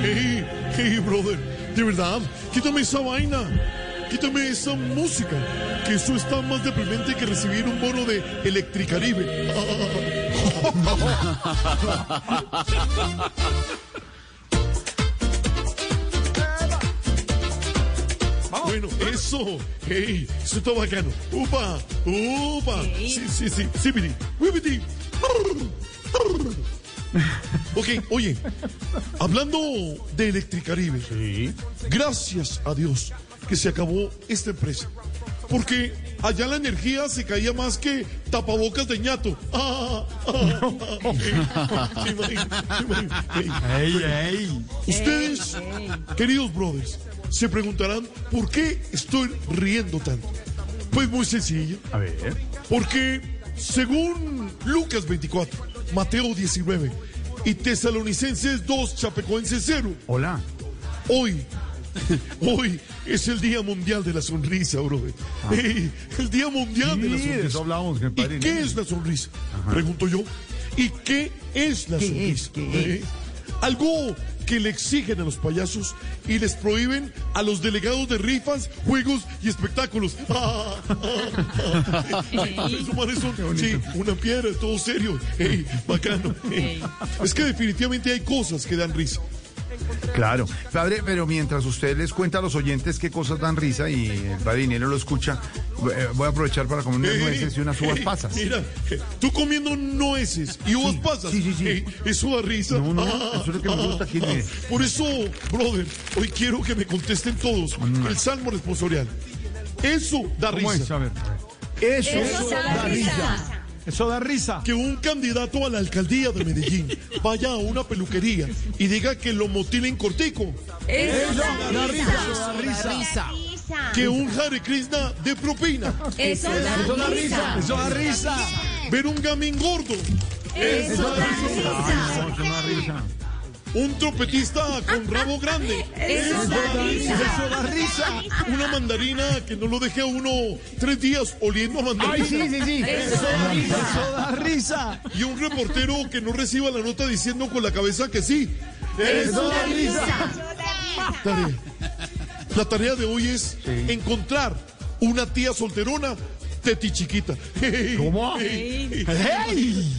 Hey, hey, brother, de verdad, quítame esa vaina, quítame esa música, que eso está más deprimente que recibir un bono de Electricaribe. Ah, Bueno, eso, hey, eso está bacano. Upa, upa, sí, sí, sí, sí, piti, whipiti. Ok, oye, hablando de Electricaribe, gracias a Dios que se acabó esta empresa. Porque allá la energía se caía más que tapabocas de ñato. Ah, ah, ah, eh, te imaginas, te imaginas. Eh, Ey, ey. Ustedes, queridos brothers, se preguntarán por qué estoy riendo tanto. Pues muy sencillo. A ver. Porque según Lucas 24, Mateo 19 y Tesalonicenses 2, Chapecoenses 0, Hola. hoy, hoy es el Día Mundial de la Sonrisa, brother. Ey, el Día Mundial de la Ah. Sí, de Sonrisa. eso hablábamos, que me ¿Y parece. qué es la sonrisa? Pregunto yo. ¿Y qué es la sonrisa? Eh, Algo que le exigen a los payasos y les prohíben a los delegados de rifas, juegos y espectáculos. Ah, ah, ah. Los humanos son, sí, una piedra, todo serio. Ey, bacano. Ey. Es que definitivamente hay cosas que dan risa. Claro. Padre, pero mientras usted les cuenta a los oyentes qué cosas dan risa y el padre Dinero lo escucha, eh, voy a aprovechar para comer unas Ey, nueces y unas ey, uvas pasas. Mira, eh, tú comiendo nueces y uvas pasas. sí, sí, sí. Ey, eso da risa. Ah. No, no, eso es lo que me gusta aquí, mire. Por eso, brother, hoy quiero que me contesten todos el salmo responsorial. Eso da Mm. ¿Cómo es? risa. A ver. Eso, da risa. Eso da risa. Que un candidato a la alcaldía de Medellín vaya a una peluquería y diga que lo motilen cortico. Eso da da risa. Que un Hare Krishna de propina. Eso da risa. Eso da risa. Ver un gamín gordo. Eso da risa. No, eso no da risa. Un trompetista con rabo grande. Eso da risa. Eso da risa. Una mandarina que no lo deje a uno tres días oliendo a mandarina. sí. Eso Eso da risa. Y un reportero que no reciba la nota diciendo con la cabeza que sí. Eso da risa. Tarea. La tarea de hoy es encontrar una tía solterona teti chiquita. ¿Cómo? Ey, ey, ¡Hey!